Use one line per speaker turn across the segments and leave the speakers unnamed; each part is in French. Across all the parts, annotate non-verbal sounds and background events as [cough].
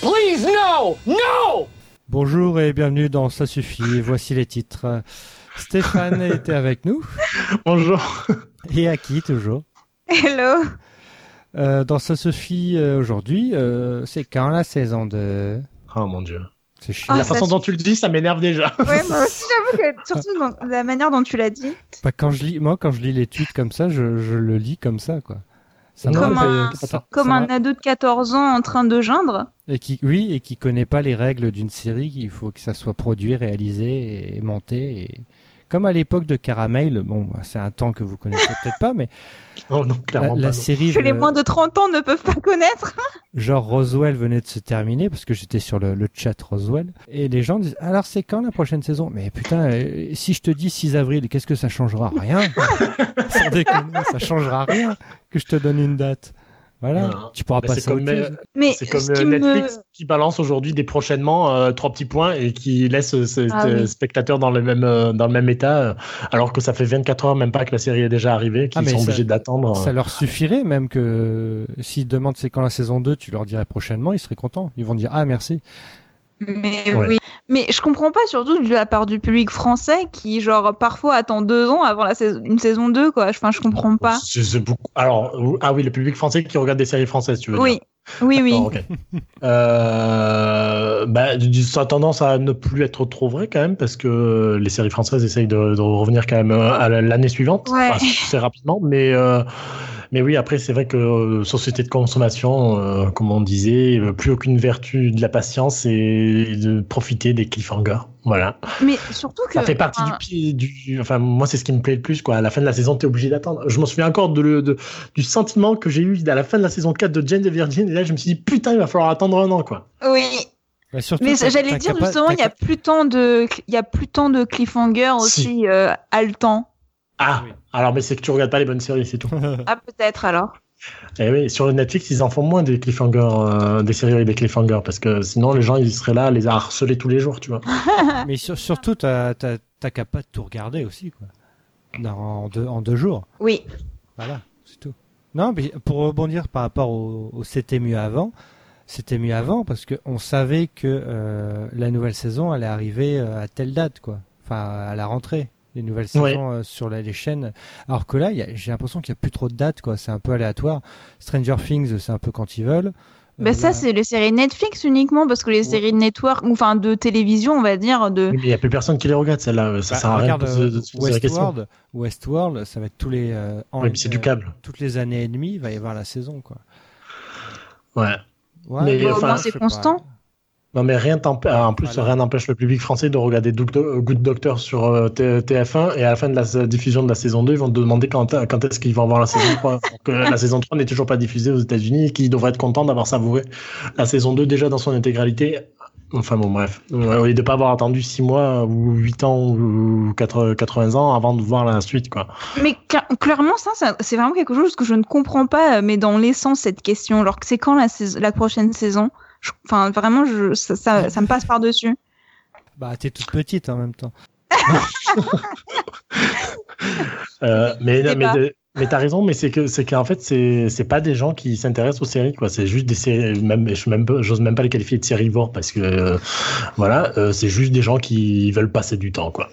Please, no! No!
Bonjour et bienvenue dans Ça suffit, voici les titres. Stéphane était avec nous
Bonjour.
et Aki toujours.
Hello.
Euh, dans Ça suffit euh, aujourd'hui, euh, c'est quand la saison de...
Oh mon dieu.
C'est chiant.
Ah,
la
ça
façon
suffit.
dont tu le dis, ça m'énerve déjà.
Ouais, moi aussi, j'avoue que surtout dans la manière dont tu l'as dit.
Bah, quand je lis, moi, quand je lis les tweets comme ça, je, je le lis comme ça, quoi. Ça
Comme
m'arrive,
un-
euh, ça-
Comme
ça
un
m'arrive.
ado de 14 ans en train de geindre.
Et qui, oui, et qui connaît pas les règles d'une série, il faut que ça soit produit, réalisé et monté. et- Comme à l'époque de Caramel, bon, bah, c'est un temps que vous connaissez peut-être pas, mais
[laughs] Oh non,
la,
clairement
la
pas. non.
série,
Que les
euh,
moins de 30 ans ne peuvent pas connaître.
genre Roswell venait de se terminer parce que j'étais sur le, le chat Roswell et les gens disent alors c'est quand la prochaine saison Mais putain, euh, si je te dis 6 avril, qu'est-ce que ça changera
[laughs]
Rien. Sans déconner, ça changera rien que je te donne une date. Voilà,
Non.
tu pourras
Bah,
passer
c'est comme,
autre
euh,
chose.
Mais
c'est comme
ce qui
euh,
me-
Netflix qui balance aujourd'hui des prochainement euh, trois petits points et qui laisse euh, ce
Ah
euh,
oui.
spectateur dans le même euh, dans le même état, euh, alors que ça fait 24 heures même pas que la série est déjà arrivée, qu'ils
Ah, mais
sont
ça-
obligés d'attendre. euh.
Ça leur suffirait même que euh, s'ils demandent c'est quand la saison 2, tu leur dirais prochainement, ils seraient contents. Ils vont dire ah merci.
Mais
Ouais.
oui. Mais je comprends pas, surtout de la part du public français qui, genre, parfois attend deux ans avant la saison, une saison 2, quoi. Enfin, je comprends pas.
C'est- c'est beaucoup- Alors ou- ah oui, le public français qui regarde des séries françaises, tu veux dire.
Oui, oui, oui.
D'accord, ok. Euh, bah, du- du- ça a tendance à ne plus être trop vrai quand même parce que les séries françaises essayent de, de revenir quand même euh, à la- l'année suivante
Ouais.
Enfin, assez rapidement mais euh, mais oui après c'est vrai que euh, société de consommation euh, comme on disait euh, plus aucune vertu de la patience et de profiter des cliffhangers voilà
Mais surtout que.
ça fait partie
enfin,
du pi- du enfin moi c'est ce qui me plaît le plus quoi à la fin de la saison t'es obligé d'attendre je m'en souviens encore de, le- de- du sentiment que j'ai eu à la fin de la saison 4 de Jane the Virgin et là je me suis dit putain il va falloir attendre un an quoi
Oui.
Bah, surtout,
Mais
t'as-
j'allais
t'as
dire
qu'à pas-
justement,
t'as
il y a
qu'à-
plus tant de, il y a plus tant de cliffhanger
Si.
aussi euh, haletant.
Ah,
Oui.
alors mais c'est que tu regardes pas les bonnes séries, c'est tout.
Ah peut-être alors.
Et oui, sur Netflix, ils en font moins des cliffhangers, euh, des séries avec des cliffhangers, parce que sinon les gens ils seraient là, à les harceler tous les jours, tu vois.
[laughs] Mais sur- surtout t'as t'as- t'as qu'à pas tout regarder aussi quoi. Dans- en deux- en deux jours.
Oui.
Voilà, c'est tout. Non, mais pour rebondir par rapport au, au C'était mieux avant, c'était mieux avant parce que on savait que euh, la nouvelle saison allait arriver euh, à telle date, quoi. Enfin, à la rentrée. Les nouvelles saisons
Ouais.
euh, sur la- les chaînes. Alors que là, il y a- j'ai l'impression qu'il n'y a plus trop de dates, quoi. C'est un peu aléatoire. Stranger Things, c'est un peu quand ils veulent. Euh,
Bah ça
là-
c'est les séries Netflix uniquement parce que les séries de network ou enfin de télévision on va dire de.
Oui, Mais il y a plus personne qui les regarde, celle-là. euh, Ça
Bah,
sert à rien
regarde
de se- de
euh,
se poser la question.
Westworld. Westworld, ça va être tous les euh, en-
Oui, mais c'est du
euh,
câble.
toutes les années et demie, il va y avoir la saison, quoi.
Ouais.
Ouais,
Mais, Bah, au enfin, moins,
c'est
je sais
constant.
pas.
Non mais rien t'empêche. En plus,
Voilà.
rien n'empêche le public français de regarder Doc- Do- Good Doctor sur euh, T- TF1 et à la fin de la sa- diffusion de la saison 2, ils vont te demander quand, quand est-ce qu'ils vont avoir la saison 3. alors que la saison 3 n'est toujours pas diffusée aux États-Unis et qu'ils devraient être contents d'avoir savouré la saison 2 déjà dans son intégralité. Enfin bon, bref. Ouais, Et de pas avoir attendu 6 mois euh, ou 8 ans ou 4 80 ans avant de voir la suite, quoi.
Mais cla- clairement ça, ça- c'est vraiment quelque chose que je ne comprends pas euh, mais dans l'essence cette question alors que c'est quand la saison- la prochaine saison. Je- Enfin vraiment je ça, ça, ça me passe par dessus.
Bah, t'es toute petite en même temps.
Euh, mais
Je sais
mais,
pas.
de- mais t'as raison, mais c'est que c'est qu'en fait c'est c'est pas des gens qui s'intéressent aux séries quoi. C'est juste des séries, même je même pas- j'ose même pas les qualifier de sérivores parce que euh, voilà, euh, c'est juste des gens qui veulent passer du temps quoi.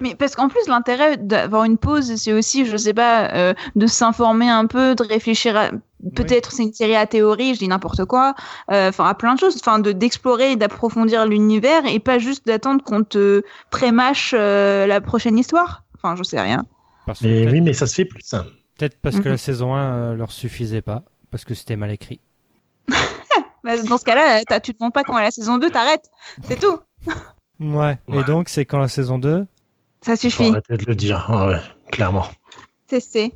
Mais parce qu'en plus, l'intérêt d'avoir une pause, c'est aussi, je sais pas, euh, de s'informer un peu, de réfléchir à. Peut-être c'est une série à théorie, je dis n'importe quoi, euh, enfin à plein de choses, enfin de d'explorer et d'approfondir l'univers et pas juste d'attendre qu'on te prémâche euh, la prochaine histoire. Enfin, je sais rien.
Parce que
Mais
peut-être
oui, mais ça se fait plus. hein. ça.
peut-être parce que
Mhm.
la saison 1 euh, leur suffisait pas, parce que c'était mal écrit.
Bah, Dans ce cas-là, t'as- tu te demandes pas quand est la saison 2, t'arrêtes. C'est tout.
Ouais. Et
Ouais.
donc, c'est quand la saison 2
Ça
Faut
suffit.
arrêter de le dire, ouais, Ah clairement.
C'est c'est.